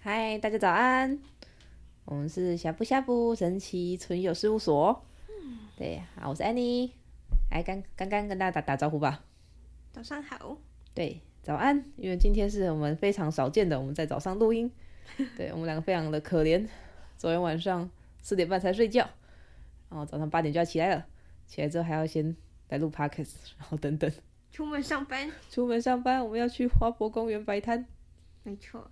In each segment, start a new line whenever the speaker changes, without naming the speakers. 嗨，大家早安！我们是呷不呷不神奇存有事务所。对，好，我是 Annie。来，刚刚刚跟大家打打招呼吧。
早上好，
对，早安！因为今天是我们非常少见的，我们在早上录音。对我们两个非常的可怜，昨天晚上四点半才睡觉，然后早上八点就要起来了，起来之后还要先来录 podcast，然后等等
出门上 班，
出门上班，我们要去花博公园摆摊。
没错，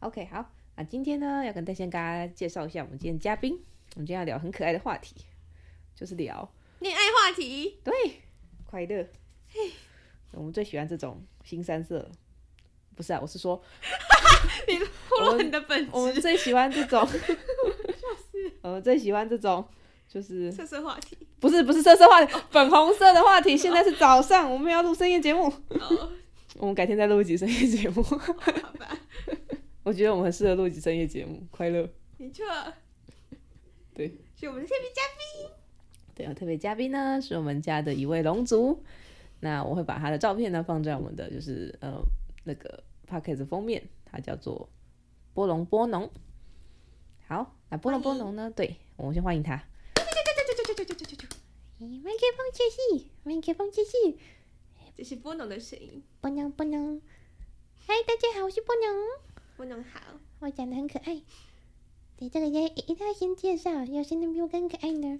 OK，好，那今天呢，要跟大先跟大家介绍一下我们今天的嘉宾。我们今天要聊很可爱的话题，就是聊
恋爱话题，
对快乐。我们最喜欢这种新三色，不是啊，我是说
透露你的本
我们
质，
最喜欢这种， 我们最喜欢这种，就是
特色话题。
不是不是色色话题，粉红色的话题。现在是早上，我们要录深夜节目，
哦，
我们改天再录一集深夜节目。
好吧，
我觉得我们很适合录一集深夜节目，快乐。
没错，
对，
是我们的特别嘉宾。
对啊，特别嘉宾呢是我们家的一位龙族，那我会把他的照片呢放在我们的就是呃那个 p o c k e t 封面，它叫做波龙波农。好，那波龙波农呢，对我们先欢迎他。麦克风接戏，麦克风接戏，
这是波农的声音，
波农波农。嗨，大家好，我是波农，
波农好，
我长得很可爱。对，这个要一定要先介绍，有谁能比我更可爱呢？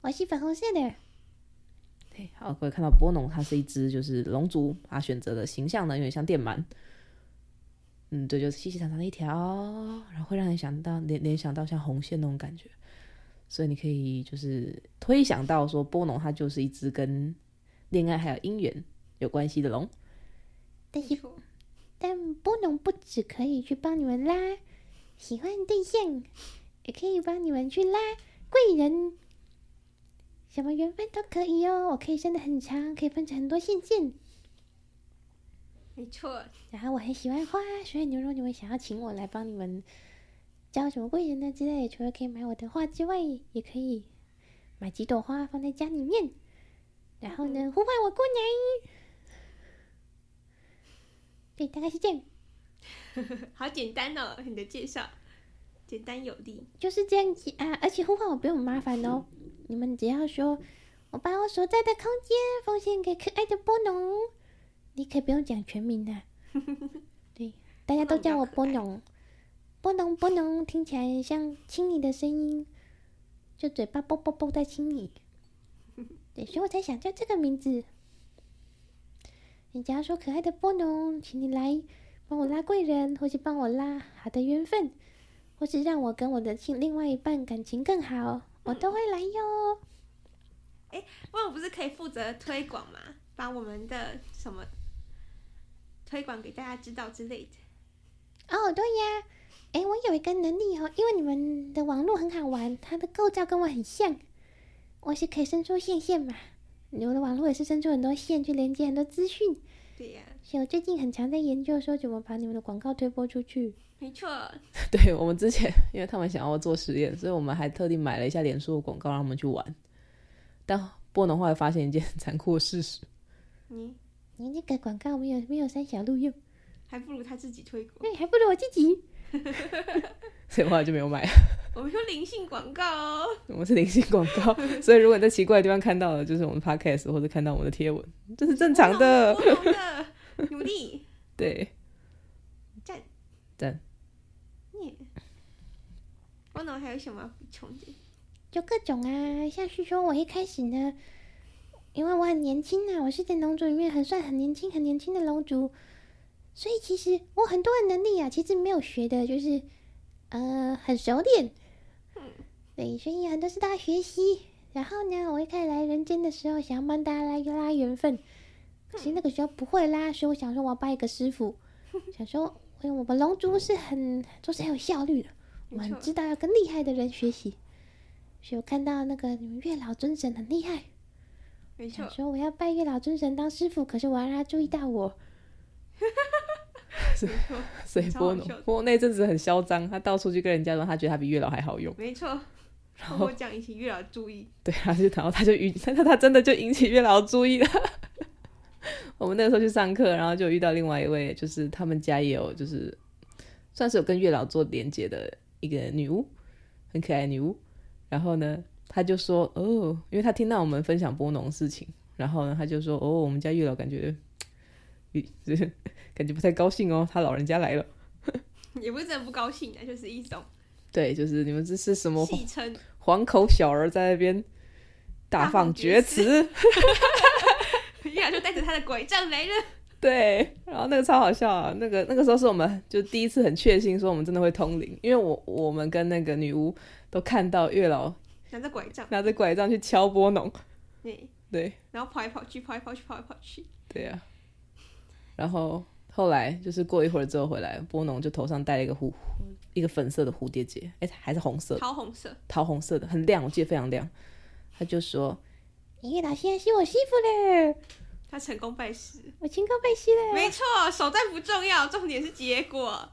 我是粉红色的，
对，好，各位看到波农，它是一只就是龙族，它选择的形象呢有点像电鳗，嗯，对，就是细细长长的一条，然后会让人想到联联想到像红线那种感觉，所以你可以就是推想到说波农它就是一只跟恋爱还有姻缘有关系的龙，
但
没
是
错，
但波农不只可以去帮你们拉喜欢对象，也可以帮你们去拉贵人，什么缘分都可以哦。我可以伸的很长，可以分成很多线线。
没错，
然后我很喜欢花，所以如果你们想要请我来帮你们教什么贵人呢之类的，除了可以买我的画之外，也可以买几朵花放在家里面，然后呢呼唤我过来。对，大概是这样。
好简单哦，你的介绍，简单有力。
就是这样子啊！而且呼唤我不用麻烦哦，你们只要说“我把我所在的空间奉献给可爱的波农”，你可以不用讲全名的、对，大家都叫我波农，波农波农，听起来像亲你的声音，就嘴巴啵啵啵在亲你。对，所以我才想叫这个名字。你只要说可爱的波农，请你来帮我拉贵人，或是帮我拉好的缘分。或是让我跟我的另另外一半感情更好，我都会来哟。
波农不是可以负责推广吗？把我们的什么推广给大家知道之类的。
哦，对呀，诶，我有一个能力哦，因为你们的网络很好玩，它的构造跟我很像，我是可以伸出线线嘛。你们的网络也是伸出很多线去连接很多资讯，
对呀、
所以我最近很常在研究说怎么把你们的广告推播出去。
没错，
对我们之前因为他们想要做实验，所以我们还特地买了一下脸书的广告让他们去玩，但波农后来发现一件 残酷的事实，
你
你那个广告没有没有三小路用，
还不如他自己推广。
对，还不如我自己。
所以我后来就没有买。
我们说灵性广告哦，
我们是零星广 告，所以如果你在奇怪的地方看到了，就是我们 podcast 或者看到我们的贴文，这是正常的
不。同的努力，
对，
赞
赞。
耶！我脑还有什么要补充的？
就各种啊，像是说我一开始呢，因为我很年轻啊，我是在龙族里面很算很年轻、很年轻的龙族，所以其实我很多的能力啊，其实没有学的，就是呃很熟练
嗯。
对，所以很多是大家学习。然后呢，我一开始来人间的时候，想要帮大家来拉缘分，可是那个时候不会拉，所以我想说我要拜一个师傅，想说因为我们龙族是很做事很有效率的，我
没
们很
错，
知道要跟厉害的人学习。所以我看到那个你们月老尊神很厉害，
没
想
错，
说我要拜月老尊神当师傅，可是我要让他注意到我。
没错，
所以
超
波
好
农
笑的
波农那阵子很嚣张，他到处去跟人家说他觉得他比月老还好用，
没错。
后
跟我讲引起月老注意，
对，他就然后他就引，他 他真的就引起月老注意了。 我们那个时候去上课，然后就遇到另外一位，就是他们家也有就是算是有跟月老做连接的一个女巫，很可爱的女巫。然后呢，她就说哦，因为她听到我们分享波农的事情，然后呢，她就说哦，我们家月老感觉，咦就是 感觉不太高兴哦，他老人家来了。
也不是真的不高兴啊，就是一种
对，就是你们这是什么
戏称。
黄口小儿在那边大
大
放
放
厥
厥
词，
月老就带着他的拐杖来了，
对，然后那个超好笑啊！那个那个时候是我们就第一次很确信说我们真的会通灵，因为我我们跟那个女巫都看到月老
拿着拐杖，
拿着拐杖去敲波农，
对，
对
然后跑来跑去，跑来跑去，跑来跑去，
对呀、然后后来就是过一会儿之后回来，波农就头上戴了一个蝴一个粉色的蝴蝶结，哎，还是红色的，
桃红色，
桃红色的，很亮，我记得非常亮。他就说
爷爷老现在是我师傅了，
他成功拜师。
我清高拜师了。
没错，手段不重要，重点是结果。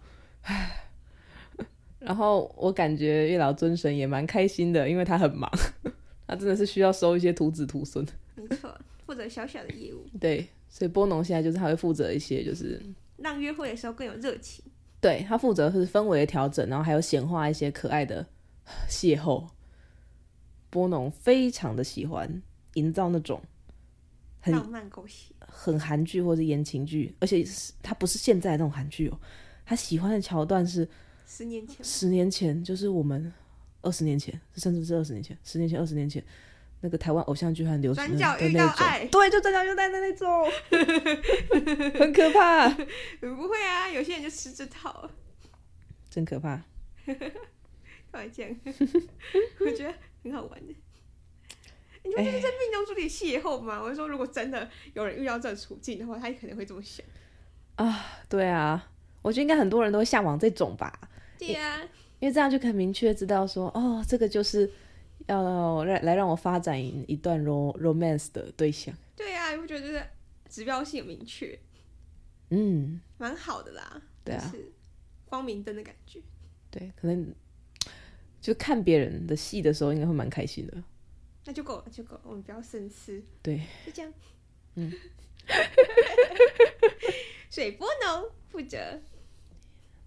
然后我感觉月老尊神也蛮开心的，因为他很忙， 他真的是需要收一些徒子徒孙。
没错，负责小小的业务，
对，所以波农现在就是他会负责一些，就是
让约会的时候更有热情。
对他负责是氛围的调整，然后还有显化一些可爱的邂逅。波农非常的喜欢营造那种很
浪漫狗血，
很韩剧或是言情剧，而且是他不是现在那种韩剧哦，他喜欢的桥段是
十年前，
十年前，就是我们二十年前，甚至是二十年前，十年前、二十年前，那个台湾偶像剧很流行的
转角
的
遇
那
到
种，
爱
对，就转角遇到爱的那种，很可怕，
不会啊，有些人就吃这套，
真可怕。啊
干嘛这样？ 我觉得很好 玩的。你不觉得在命中注定邂逅吗？我是说，如果真的有人遇到这种处境的话，他可能会这么想。
对啊，我觉得应该很多人都会向往这种吧，
对啊呀、
因为这样就可以明确知道说，哦，这个就是要来来让我发展一段 ro romance 的对象。
对呀、你不觉得就是指标性很明确，
嗯，
蛮好的啦。
对啊
就是光明灯的感觉。
对，可能就看别人的戏的时候，应该会蛮开心的。
那就够了，就够了，我们不要深思。
对，
就这样。嗯。 水波农负责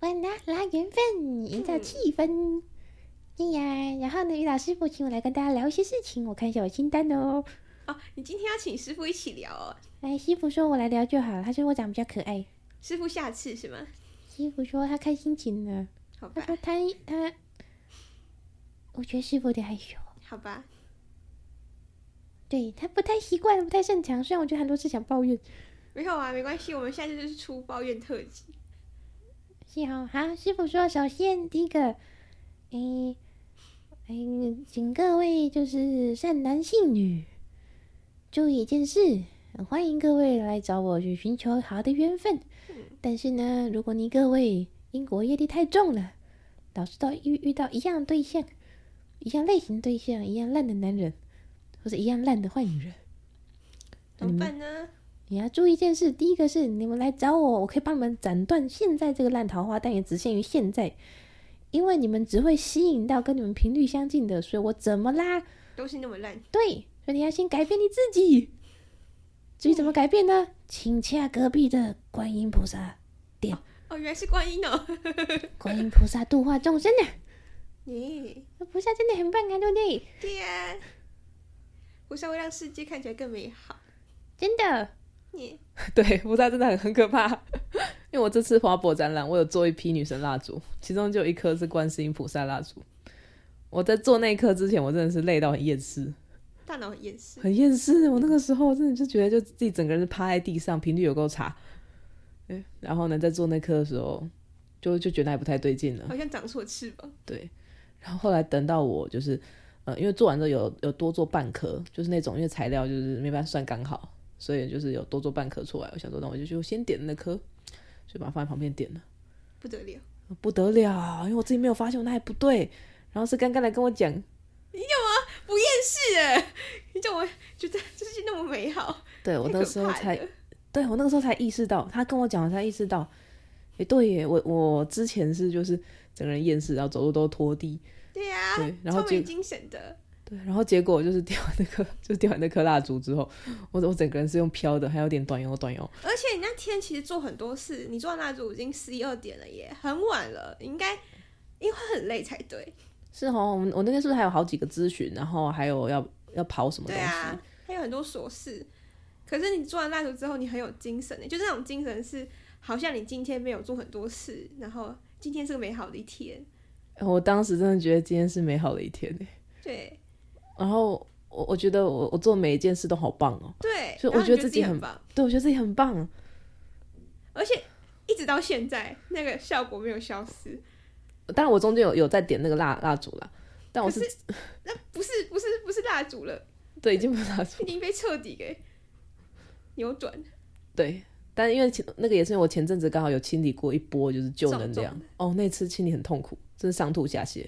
我拿拉缘分，营造气氛。哎呀，然后呢，于老师傅请我来跟大家聊一些事情，我看一下我清单哦。
哦，你今天要请师傅一起聊哦。
哎，师傅说我来聊就好了，他说我长得比较可爱。
师傅下次是吗？
师傅说他看心情呢，
好
他
吧，
说他他，我觉得师傅有点害羞，
好吧，
对他不太习惯，不太擅长。虽然我觉得很多事想抱怨，
没有啊，没关系，我们下次就是出抱怨特辑。
嗯
幸好好，师傅说，首先第一个，诶、诶、请各位就是善男信女，注意一件事，欢迎各位来找我去寻求好的缘分。但是呢，如果你各位因果业力太重了，导致到遇遇到一样对象、一样类型对象、一样烂的男人，或者一样烂的坏女人，
怎么办呢？
你要注意一件事，第一个是你们来找我，我可以帮你们斩断现在这个烂桃花，但也只限于现在，因为你们只会吸引到跟你们频率相近的，所以我怎么拉？
都是那么烂，
对，所以你要先改变你自己。至于怎么改变呢？请洽隔壁的观音菩萨，
哦，原来是观 音哦，
观音菩萨度化众生呐、
耶，
那菩萨真的很棒啊，对不对？
对呀、菩萨会让世界看起来更美好，
真的，
耶，
对，菩萨真的很很可怕。 因为我这次花博展览，我有做一批女神蜡烛，其中就有一颗是观世音菩萨蜡烛。我在做那一颗之前，我真的是累到很厌世，
大脑很严实，
很厌世。我那个时候真的就觉得，就自己整个人趴在地上，频率有够差。对，然后呢，在做那颗的时候，就就觉得还不太对劲了。
好像长错翅膀，
对，然后后来等到我就是，呃，因为做完之后有有多做半颗，就是那种因为材料就是没办法算刚好，所以就是有多做半颗出来。我想说，那我就就先点那颗，就把它放在旁边点了，
不得了。
不得了，因为我自己没有发现我那还不对，然后是刚刚来跟我讲，
不厌世哎，你怎么觉得这世界那么美好？
对我
太
那
可
时候
怕
才
了
对我那个时候才意识到，他跟我讲，我才意识到，诶，对耶，我我之前是就是整个人厌世，然后走路都拖地，
对呀、
对然后
超
结
没精神的，
对，然后结果就是点完那颗， 就是点完那颗蜡烛之后，我我整个人是用飘的，还有点短游短游。
而且你那天其实做很多事，你做完蜡烛已经十一二点了耶，很晚了，你应该应该很累才对。
是哦，我们我那天是不是还有好几个咨询，然后还有要要跑什么
对
东西？
啊，还有很多琐事。可是你做完蜡烛之后，你很有精神耶，就是那种精神是好像你今天没有做很多事，然后今天是个美好的一天。
我当时真的觉得今天是美好的一天耶
对
然后我我觉得我我做每一件事都好棒哦，
对，
所以我
然后你
觉得
得
自己
很
很
棒，
对我觉得自己很棒。
而且一直到现在那个效果没有消失。
当然我中间有有在点那个蜡蜡烛啦，但我
可
是
是那不是不是不是蜡烛了，
对已经不是蜡烛
已经被彻底给扭转。
对。但因为前那个也是因为我前阵子刚好有清理过一波，就是旧能量
重
哦，那次清理很痛苦，真是上吐下泻。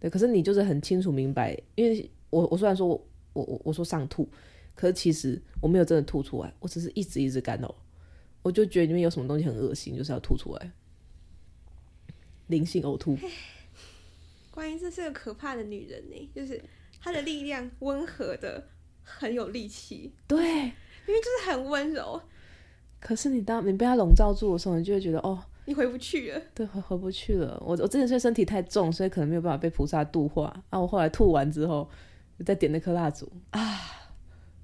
对，可是你就是很清楚明白，因为我我虽然说我我我我说上吐，可是其实我没有真的吐出来，我只是一直一直干呕，我就觉得里面有什么东西很恶心，就是要吐出来，灵性呕吐。
观音这是个可怕的女人呢，就是她的力量温和的很有力气，
对，
因为就是很温柔，
可是你当你被它笼罩住的时候，你就会觉得哦，
你回不去了。
对，回回不去了。我我之前是身体太重，所以可能没有办法被菩萨度化。啊，我后来吐完之后，就再点那颗蜡烛啊，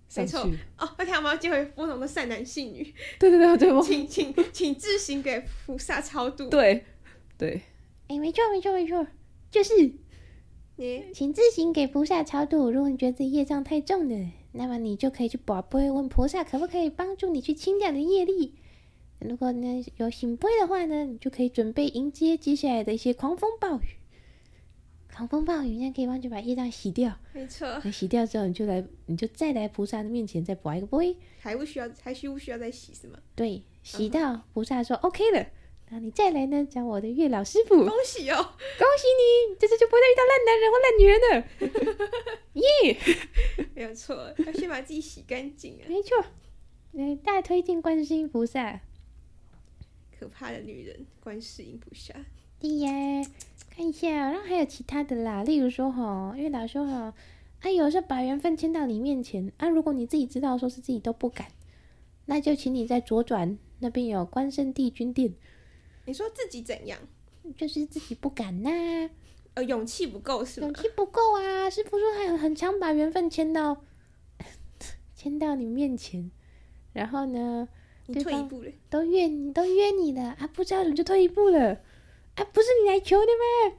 上
没
去
错。哦，而且我们要接回波农的善男信女，
对对对对，
哦
我
请请请自行给菩萨超度。
对对
哎，没错没错没错，就是
你
请自行给菩萨超度。如果你觉得自己业障太重了，那么你就可以去宝贝问菩萨，可不可以帮助你去清掉你的业力。如果呢有醒杯的话呢，你就可以准备迎接接下来的一些狂风暴雨。狂风暴雨，那可以帮你把业障洗掉。
没错，
那洗掉之后，你就来，你就再来菩萨的面前再拔一个杯，
还不需要还需不需要再洗是吗？
对，洗到菩萨说 OK 了，然后你再来呢找我的月老师傅，
恭喜哦，
恭喜你，你这次就不会再遇到烂男人或烂女人了。
没有错，要先把自己洗干净啊！
没错，嗯，大推荐观世音菩萨。
可怕的女人，观世音菩萨。
对呀，看一下哦、然后还有其他的啦，例如说哈，月老说哈，啊，有时候把缘分牵到你面前，啊，如果你自己知道说是自己都不敢，那就请你在左转那边有关圣帝君殿，
你说自己怎样？
就是自己不敢呐、
呃，勇气不够是吗
勇？气不够啊！师傅说还有很常把缘分牵到 牵到你面前，然后呢，
你
对
退一
方
步了，
都约你都约你了啊，不知道怎么就退一步了啊，不是你来求的吗？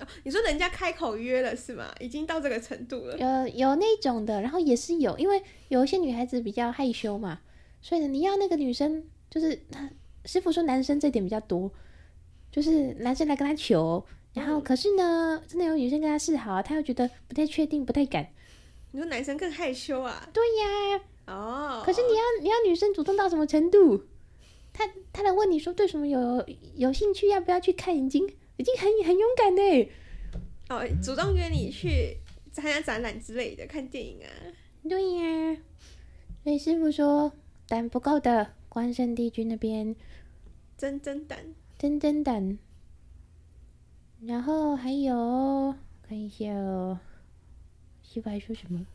哦，你说人家开口约了是吗？已经到这个程度 了。
有有那种的，然后也是有，因为有一些女孩子比较害羞嘛，所以呢，你要那个女生就是啊师傅说男生这点比较多，就是男生来跟他求，然后可是呢，真的有女生跟他示好啊，他又觉得不太确定，不太敢。
你说男生更害羞啊？
对呀、
哦，
可是你要你要女生主动到什么程度？她她来问你说对什么有有兴趣，要不要去看？已经已经很很勇敢嘞。
哦，主动约你去参加展览之类的，看电影啊。
对呀、所以师傅说胆不够的，关圣帝君那边
真真胆，
真真胆。然后还有看一下哦，师傅还说什么？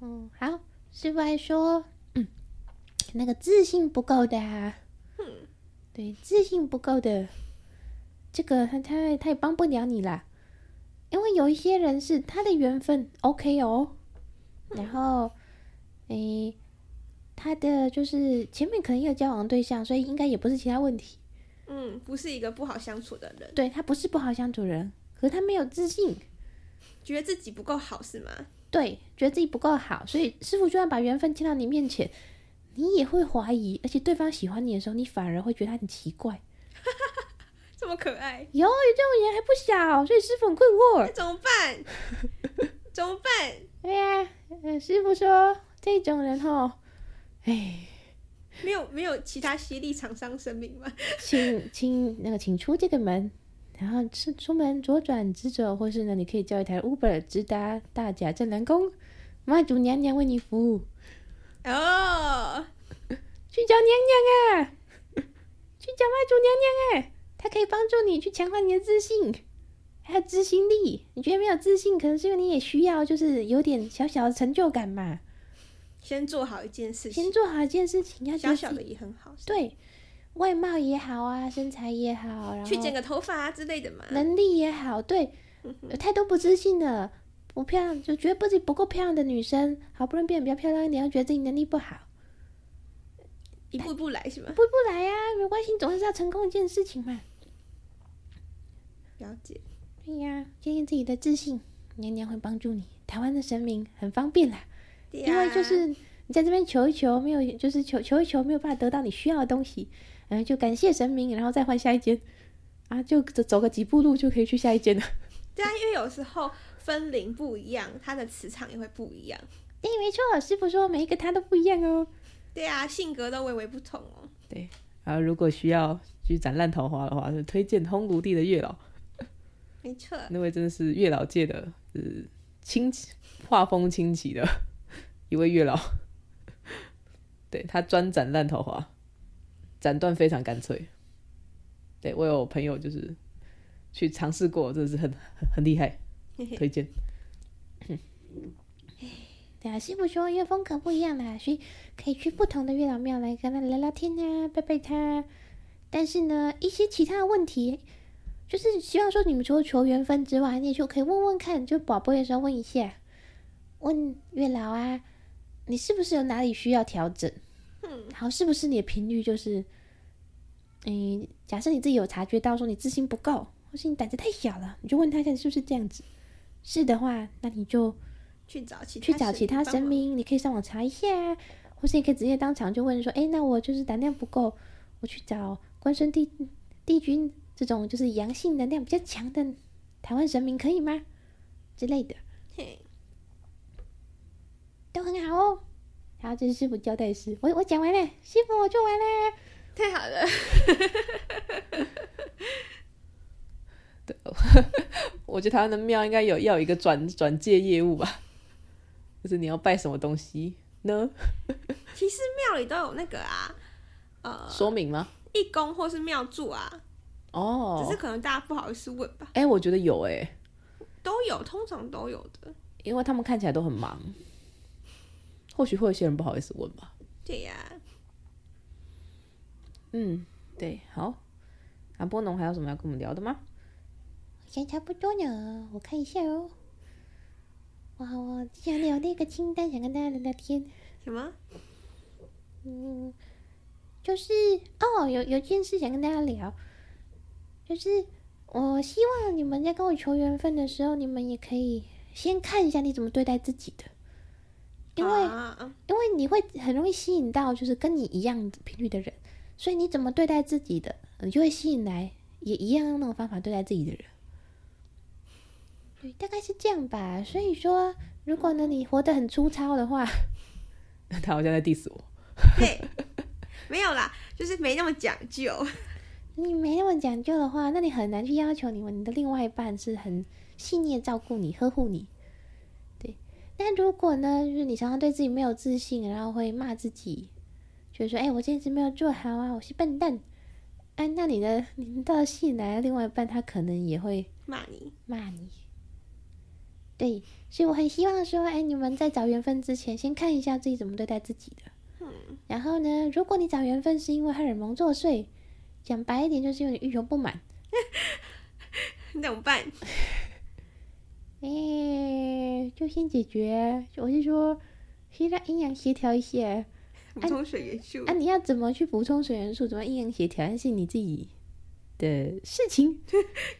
嗯，好，师傅还说，嗯，那个自信不够的、啊，
嗯
对，自信不够的，这个他他他也帮不了你啦，因为有一些人是他的缘分 OK 哦，然后，诶、他的就是前面可能也有交往对象，所以应该也不是其他问题，
嗯，不是一个不好相处的人，
对他不是不好相处的人，可是他没有自信，
觉得自己不够好是吗？
对，觉得自己不够好，所以师傅就算把缘分牵到你面前，你也会怀疑，而且对方喜欢你的时候，你反而会觉得他很奇怪。
这么可爱，
有有这种人还不少，所以师傅很困惑
那。怎么办？ 怎么办？
对呀、呃，师傅说这种人哦，哎，
没有没有其他犀利厂商声明吗？
请请那个请出这个门，然后出出门左转直走，或是呢，你可以叫一台 Uber 直达大甲镇南宫，妈祖娘娘为你服务，
哦，
去找娘娘啊， 去找妈祖娘娘啊，她可以帮助你去强化你的自信。还有执行力。你觉得没有自信，可能是因为你也需要，就是有点小小的成就感嘛。
先做好一件事
先
情，
做好一件事情，要觉
小
得
小
自
的
己
也很好，
对啊外貌也好啊，身材也好，然
去剪
后
个头发啊之类的嘛。
能力也好，对，
嗯哼
有太多不自信的，不漂亮就觉得自己不够漂亮的女生，好不容易变得比较漂亮一点，又觉得自己能力不好，
一步一步来是吗
一？步一步来啊，没关系，你总是要成功一件事情嘛。
了解，
对呀、建立自己的自信，娘娘会帮助你。台湾的神明很方便啦，
对
因为
啊
就是你在这边求一求，没有就是求求一求，没有办法得到你需要的东西，然后就感谢神明，然后再换下一间，啊，就走走个几步路就可以去下一间了。
对啊，因为有时候分龄不一样，它的磁场也会不一样。
对，没错，师傅说每一个他都不一样哦。
对啊，性格都微微不同哦。
然后啊如果需要去斩烂桃花的话，就推荐烘炉地的月老，
没错，
那位真的是月老界的呃清奇画风清奇的一位月老，对他专斩烂桃花，斩断非常干脆。对我有朋友就是去尝试过，真的是很很很厉 害，推荐。
对啊，师傅说因为风格不一样啦，所以可以去不同的月老庙来跟他聊聊天啊，拜拜他。但是呢，一些其他的问题，就是希望说你们除了求缘分之外，你也就可以问问看，就宝贝的时候问一下，问月老啊，你是不是有哪里需要调整？
嗯，
然后是不是你的频率就是，嗯，假设你自己有察觉到说你自信不够，或是你胆子太小了，你就问他一下你是不是这样子。是的话，那你就
去找其他
去找其他神
神明
明，你可以上网查一下啊，或是你可以直接当场就问说，哎，那我就是胆量不够，我去找关圣帝帝君这种就是阳性能量比较强的台湾神明可以吗？之类的
帮忙。嘿，
都很好哦。然后这是师傅交代的事，我我讲完了，师傅我做完了。
太好了，
我觉得台湾的庙应该有要有一个转转介业务吧， 就是你要拜什么东西呢？
其实庙里都有那个啊，呃，
说明吗？
义工或是庙祝啊，只
哦
是，可能大家不好意思问吧，
哎、我觉得有哎、
都有，通常都有的。
因为他们看起来都很忙，或许会有些人不好意思问吧。
对呀、
嗯，对，好。啊，波农还有什么要跟我们聊的吗？
好像差不多呢，我看一下哦。哇，我想聊那个清单，想跟大家聊聊天。
什么？
嗯，就是哦，有有件事想跟大家聊，就是我希望你们在跟我求缘分的时候，你们也可以先看一下你怎么对待自己的，因为、
啊、
因为你会很容易吸引到就是跟你一样频率的人，所以你怎么对待自己的，你就会吸引来也一样用那种方法对待自己的人。对，大概是这样吧。所以说，如果呢你活得很粗糙的话，
他好像在 diss 我。
对， 没有啦，就是没那么讲究。
你没那么讲究的话，那你很难去要求你们的另外一半是很细腻地照顾你、呵护你。对，但如果呢，就是你常常对自己没有自信，然后会骂自己，就是说：“哎、我这件事没有做好啊，我是笨蛋。”哎，那你的你到吸引来的另外一半，他可能也会
骂你，
骂你。对，所以我很希望说，哎，你们在找缘分之前，先看一下自己怎么对待自己的。
嗯，
然后呢，如果你找缘分是因为荷尔蒙作祟，讲白一点就是因为你欲求不满。
那怎么办？
哎、就先解决。我是说，先让阴阳协调一些。
补
哎
充水元素
啊，，你要怎么去补充水元素，怎么阴阳协调，那是你自己的事情，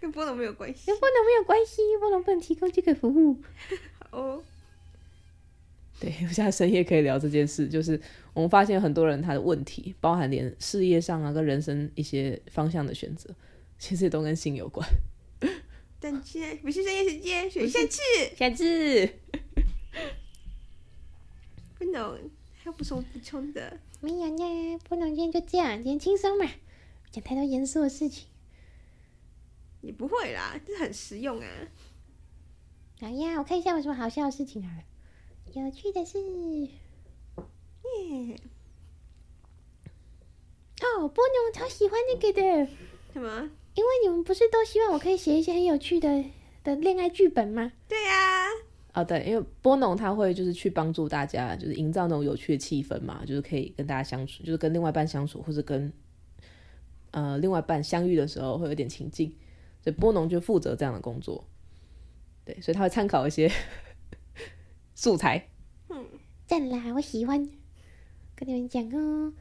跟波动没有关系
跟。波能没有关系，波能不能提供这个服务。
好哦，
对，我现在深夜可以聊这件事，就是我们发现很多人他的问题，包含连事业上啊跟人生一些方向的选择，其实也都跟性有关。
但现在不是深夜时间，水下去，
下次
不能还有补充补充的。
没有呢，波能今天就这样，今天轻松嘛，讲太多严肃的事情。
也不会啦，这很实用啊。
好哎呀，我看一下有什么好笑的事情好了。有趣的哦事
耶，
哦，波农超喜欢那个的。
什么？
因为你们不是都希望我可以写一些很有趣的的恋爱剧本吗？
对呀、
啊，对，因为波农他会就是去帮助大家，就是营造那种有趣的气氛嘛，就是可以跟大家相处，就是跟另外一半相处，或者跟呃另外一半相遇的时候会有点情境，所以波农就负责这样的工作。对，所以他会参考一些 素材。
赞啦，我喜欢。跟你们讲哦，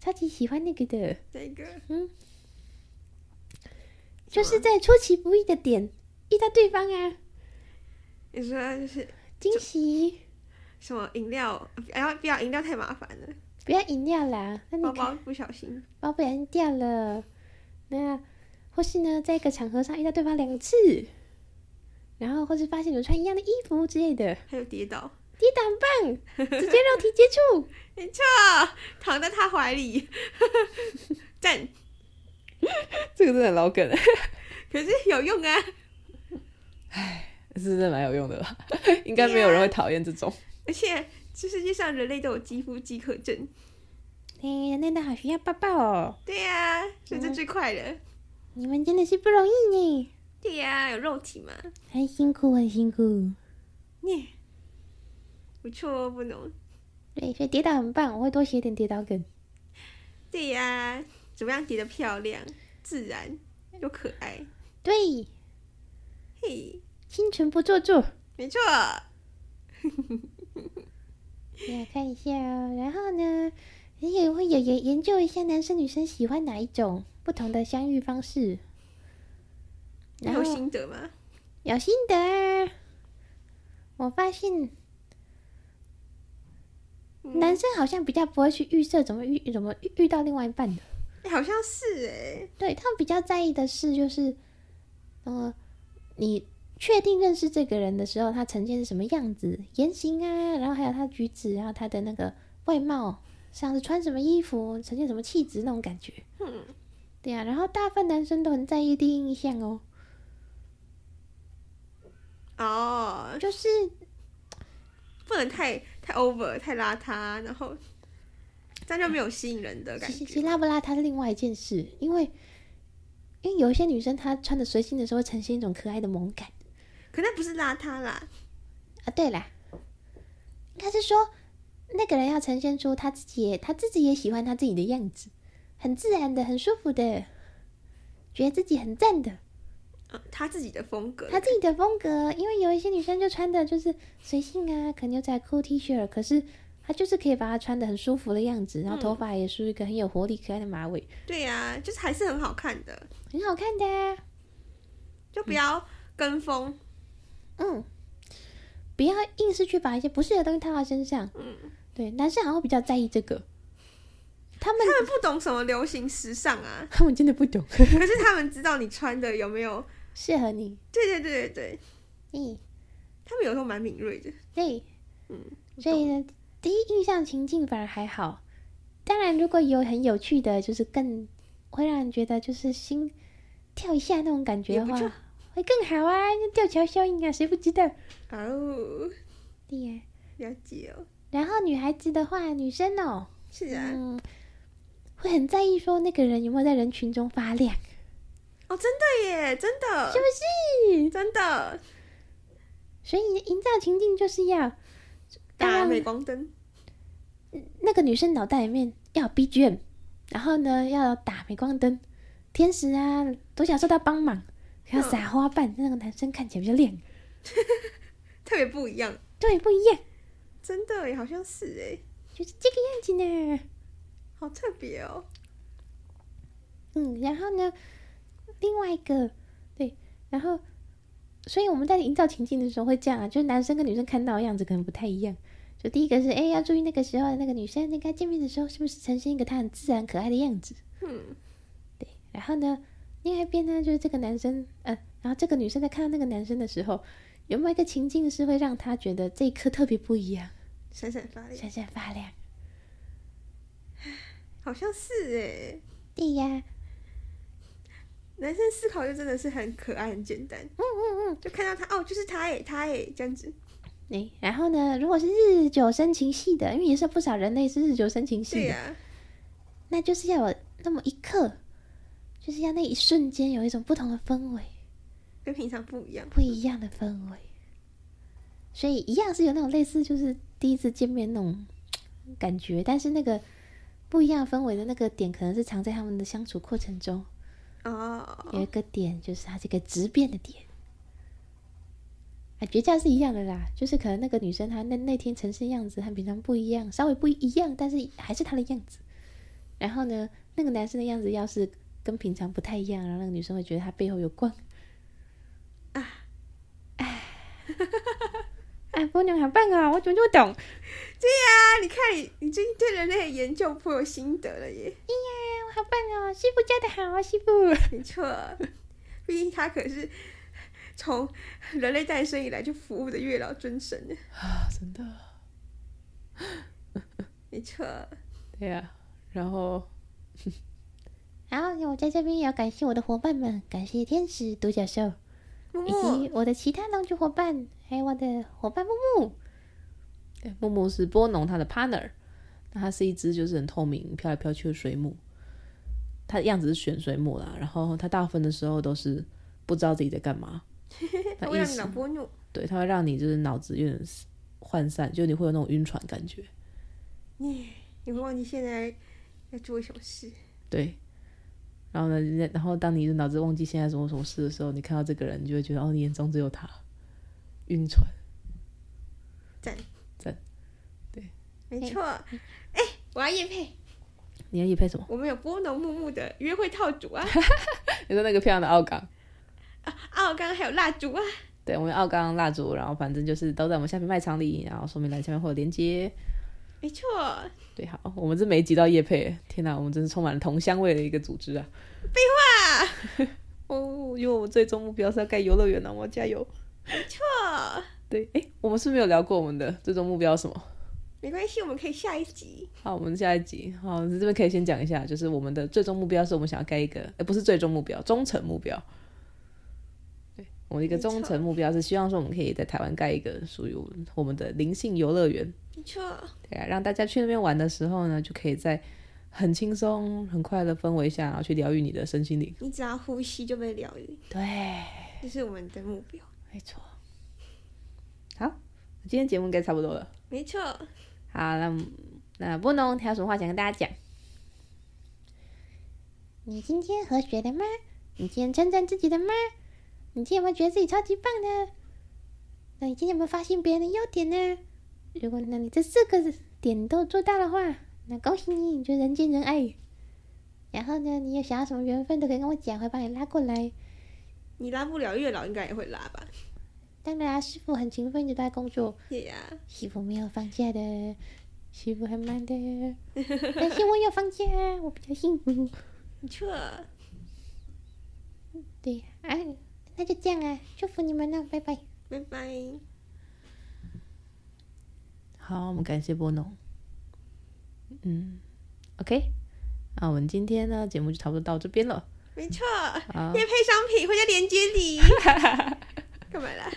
超级喜欢那个的，
这个
就是在出其不意的点遇到对方啊，
你说就是
惊喜。
什么饮料？哎呀，不要饮料太麻烦了，
不要饮料啦，那你
包
可
包不小心。
包不小心掉了，那或是呢，在一个场合上遇到对方两次，然后或是发现有穿一样的衣服之类的，
还有跌倒，
抵挡棒，直接肉体接触，
没错，躺在他怀里，赞。
这个真的很老梗，
可是有用啊，
是真的蛮有用的吧？ 应该没有人会讨厌这种。
而且这世界上人类都有肌肤饥渴症。
哎，那那好需要抱抱哦，
对呀、所以这最快了。
你们真的是不容易呢，
对呀、有肉体嘛，
很辛苦，很辛苦。
耶，不错哦，不能。
对，所以跌倒很棒，我会多写点跌倒梗。
对呀、怎么样叠的漂亮、自然又可爱？
对，
嘿，
心存不做作。
没错，
来看一下哦，然后呢，也会有研研究一下男生女生喜欢哪一种不同的相遇方式，
你
然
有
后
心得吗？
有心得啊。我发现
嗯
男生好像比较不会去预设怎么遇怎么遇遇到另外一半的，
欸好像是哎、
对他们比较在意的是就是，呃，你确定认识这个人的时候，他呈现是什么样子，言行啊，然后还有他举止，然后他的那个外貌，像是穿什么衣服，呈现什么气质那种感觉。
嗯，
对呀、然后大部分男生都很在意第一印象哦，
哦，
就是
不能太太 over，太邋遢，然后这样就没 有吸引人的感
其实
觉。
其实邋不邋遢是另外一件事，因为因为有一些女生她穿的随性的时候，会呈现一种可爱的萌感
可那不是邋遢啦，
啊。对啦，应该是说那个人要呈现出他自己也他自己也喜欢他自己的样子，很自然的，很舒服的，觉得自己很赞的。
嗯，他自己的风格，
她自己的风格，因为有一些女生就穿的就是随性啊，可能牛仔裤、T 恤，可是她就是可以把它穿的很舒服的样子，然后头发也梳一个很有活力、可爱的马尾，
对呀、就是还是很好看的，
很好看的、啊。
就不要跟风。
嗯，不要硬是去把一些不适合的东西套到身上。
嗯，
对，男生好像会比较在意这个，他们
他们不懂什么流行时尚啊，
他们真的不懂
可是他们知道你穿的有没有？
适合你。
对对对对对，
嗯，
他们有时候蛮敏锐的。
对，
嗯，
所以呢，第一印象情境反而还好。当然，如果有很有趣的，就是更会让人觉得就是心跳一下那种感觉的话
也不错，
会更好啊！那吊桥效应啊，谁不知道？
哦，
对呀、
了解哦，
然后女孩子的话，女生哦，
是啊，
嗯，会很在意说那个人有没有在人群中发亮，
哦，真的耶，真的
是，啊不是？
真的，
所以营造情境就是要
打
让
镁光灯，
那个女生脑袋里面要有 BGM，然后呢要打镁光灯，天使啊都想受到帮忙，还要撒花瓣，让那个男生看起来比较亮，
特别不一样，
对，不一样，
真的耶，好像是哎，
就是这个样子呢。
好特别哦，
嗯，然后呢，另外一个对，然后，所以我们在营造情境的时候会这样啊，就是男生跟女生看到的样子可能不太一样。就第一个是，哎，要注意那个时候的那个女生在跟他见面的时候，是不是呈现一个她很自然可爱的样子。
嗯，
对，然后呢，另外一边呢，就是这个男生，呃，然后这个女生在看到那个男生的时候，有没有一个情境是会让她觉得这一刻特别不一样，
闪闪发亮，
闪闪发亮？
好像是哎，
对呀，嗯
男生思考就真的是很可爱，很简单，
嗯嗯嗯，
就看到他哦，就是他哎，他哎，这样子，
对。然后呢，如果是日久生情系的，因为也是不少人类是日久生情系
对啊
的，
呀，
那就是要有那么一刻，就是要那一瞬间有一种不同的氛围，
跟平常不一样。
不一样的氛围。所以一样是有那种类似就是第一次见面那种感觉，但是那个不一样的氛围的那个点，可能是藏在他们的相处过程中有一
哦，
个点，就是它是一个直变的点。啊，诀窍是一样的啦，就是可能那个女生她那那天呈现样子和平常不一样，稍微不一样，但是还是她的样子。然后呢，那个男生的样子要是跟平常不太一样，然后那个女生会觉得他背后有光。啊，哎 哎，波妞好棒啊、我怎么就懂？
啊，你看你，你最近对人类的研究颇有心得了耶。
哎呀，我好棒哦！师傅教的好啊，师 傅。
没错，毕竟他可是从人类诞生以来就服务的月老尊神呢。
啊，真的，
没错，
对呀、然后
好，那我在这边也要感谢我的伙伴们，感谢天使独角兽，
木
以
木
及我的其他农具伙伴，还有我的伙伴木木。
对木木是波农它的 partner，那它是一只就是很透明、飘来飘去的水母。它的样子是选水母啦，然后它大部分的时候都是不知道自己在干嘛。
他
它
会
意
哎让你
识
脑波怒，
对，它会让你就是脑子有点涣散，就你会有那种晕船感觉。
你会忘记现在要做什么事。
对，然后呢，然后当你的脑子忘记现在什么什么事的时候，你看到这个人，你就会觉得哦，你眼中只有他，晕船。
没错，哎、我要叶配，
你要夜配什么？
我们有波农木木的约会套组 啊，
你说那个漂亮的奥港，
奥刚还有蜡烛啊，
对，我们有奥港蜡烛，然后反正就是都在我们下面卖场里，然后说明栏下面会有连接。
没错，
对，好，我们这每一集到夜配，天哪，我们真是充满了同乡味的一个组织啊！废话， 哦，因为我们最终目标是要盖游乐园呢、我们要加油。
错，
对，哎，我们是没有聊过我们的最终目标是什么。
没关系，我们可以下一集。
好，我们下一集。好，这边可以先讲一下，就是我们的最终目标是我们想要盖一个，哎、不是最终目标，忠诚目标。对，我们一个
没错
忠诚目标是希望说我们可以在台湾盖一个属于我们的灵性游乐园，
没错，
对啊，让大家去那边玩的时候呢，就可以在很轻松、很快乐氛围下，然后去疗愈你的身心灵。
你只要呼吸就被疗愈，
对，
这是我们的目标。
没错。好，今天节目应该差不多了。
没错，
好，那那波农，还有什么话想跟大家讲？
你今天和学了吗？你今天称赞自己了吗？你今天有没有觉得自己超级棒呢？那你今天有没有发现别人的优点呢？如果那你这四个点都做到的话，那恭喜你，你就人见人爱。然后呢，你有想要什么缘分都可以跟我讲，会帮你拉过来。
你拉不了月老，应该也会拉吧？
当然啊，师傅很勤奋的在工作，
对呀、
师傅没有放假的，师傅很忙的，但是我有放假，我比较幸福。
没错，
对啊，那就这样啊，祝福你们了，拜拜。
拜拜。
好，我们感谢波农。嗯，OK，那我们今天呢节目就差不多到这边了。
没错，
好
叶配商品会在链接里。干嘛啦？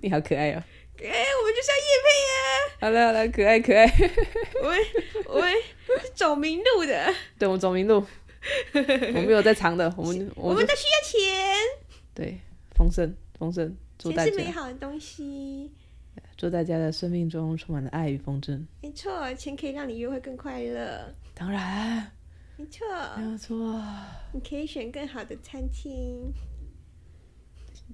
你好可爱哦！
哎、我们就是要
好了好了，可爱可爱。
叶配啊呀、我们我们是走明路的，
对，我们走迷 路，我们没有在藏的，我们
我
我
们
们
都需要钱，
对丰盛丰盛，祝大
钱是美
家
好的东西。
祝大家的生命中充满了爱与丰盛。
没错，钱可以让你约会更快乐。
当然
没错，
没有错，
你可以选更好的餐厅。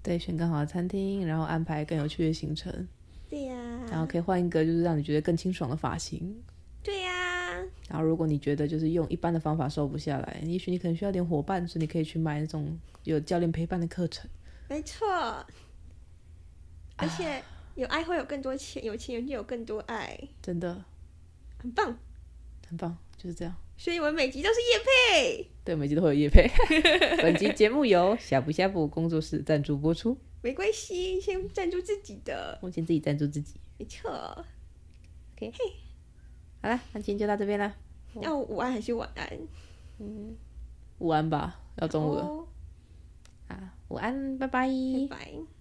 对，选更好的餐厅，然后安排更有趣的行程，
对呀、
然后可以换一个就是让你觉得更清爽的发型，
对呀、
然后，如果你觉得就是用一般的方法瘦不下来，也许你可能需要点伙伴，所以你可以去买那种有教练陪伴的课程。
没错。而且有爱会有更多钱，有钱人就有更多爱，
真的
很棒。
很棒，就是这样。
所以我们每集都是叶配。
对，每集都会有夜 配。本集节目由呷哺呷哺工作室赞助播出，
没关系，先赞助自己的，
目前自己赞助自己。
没错。
好啦，那今天就到这边啦，
要午安还是晚安？
午安吧，要中午了、
哦
啊，午安，拜拜
拜拜。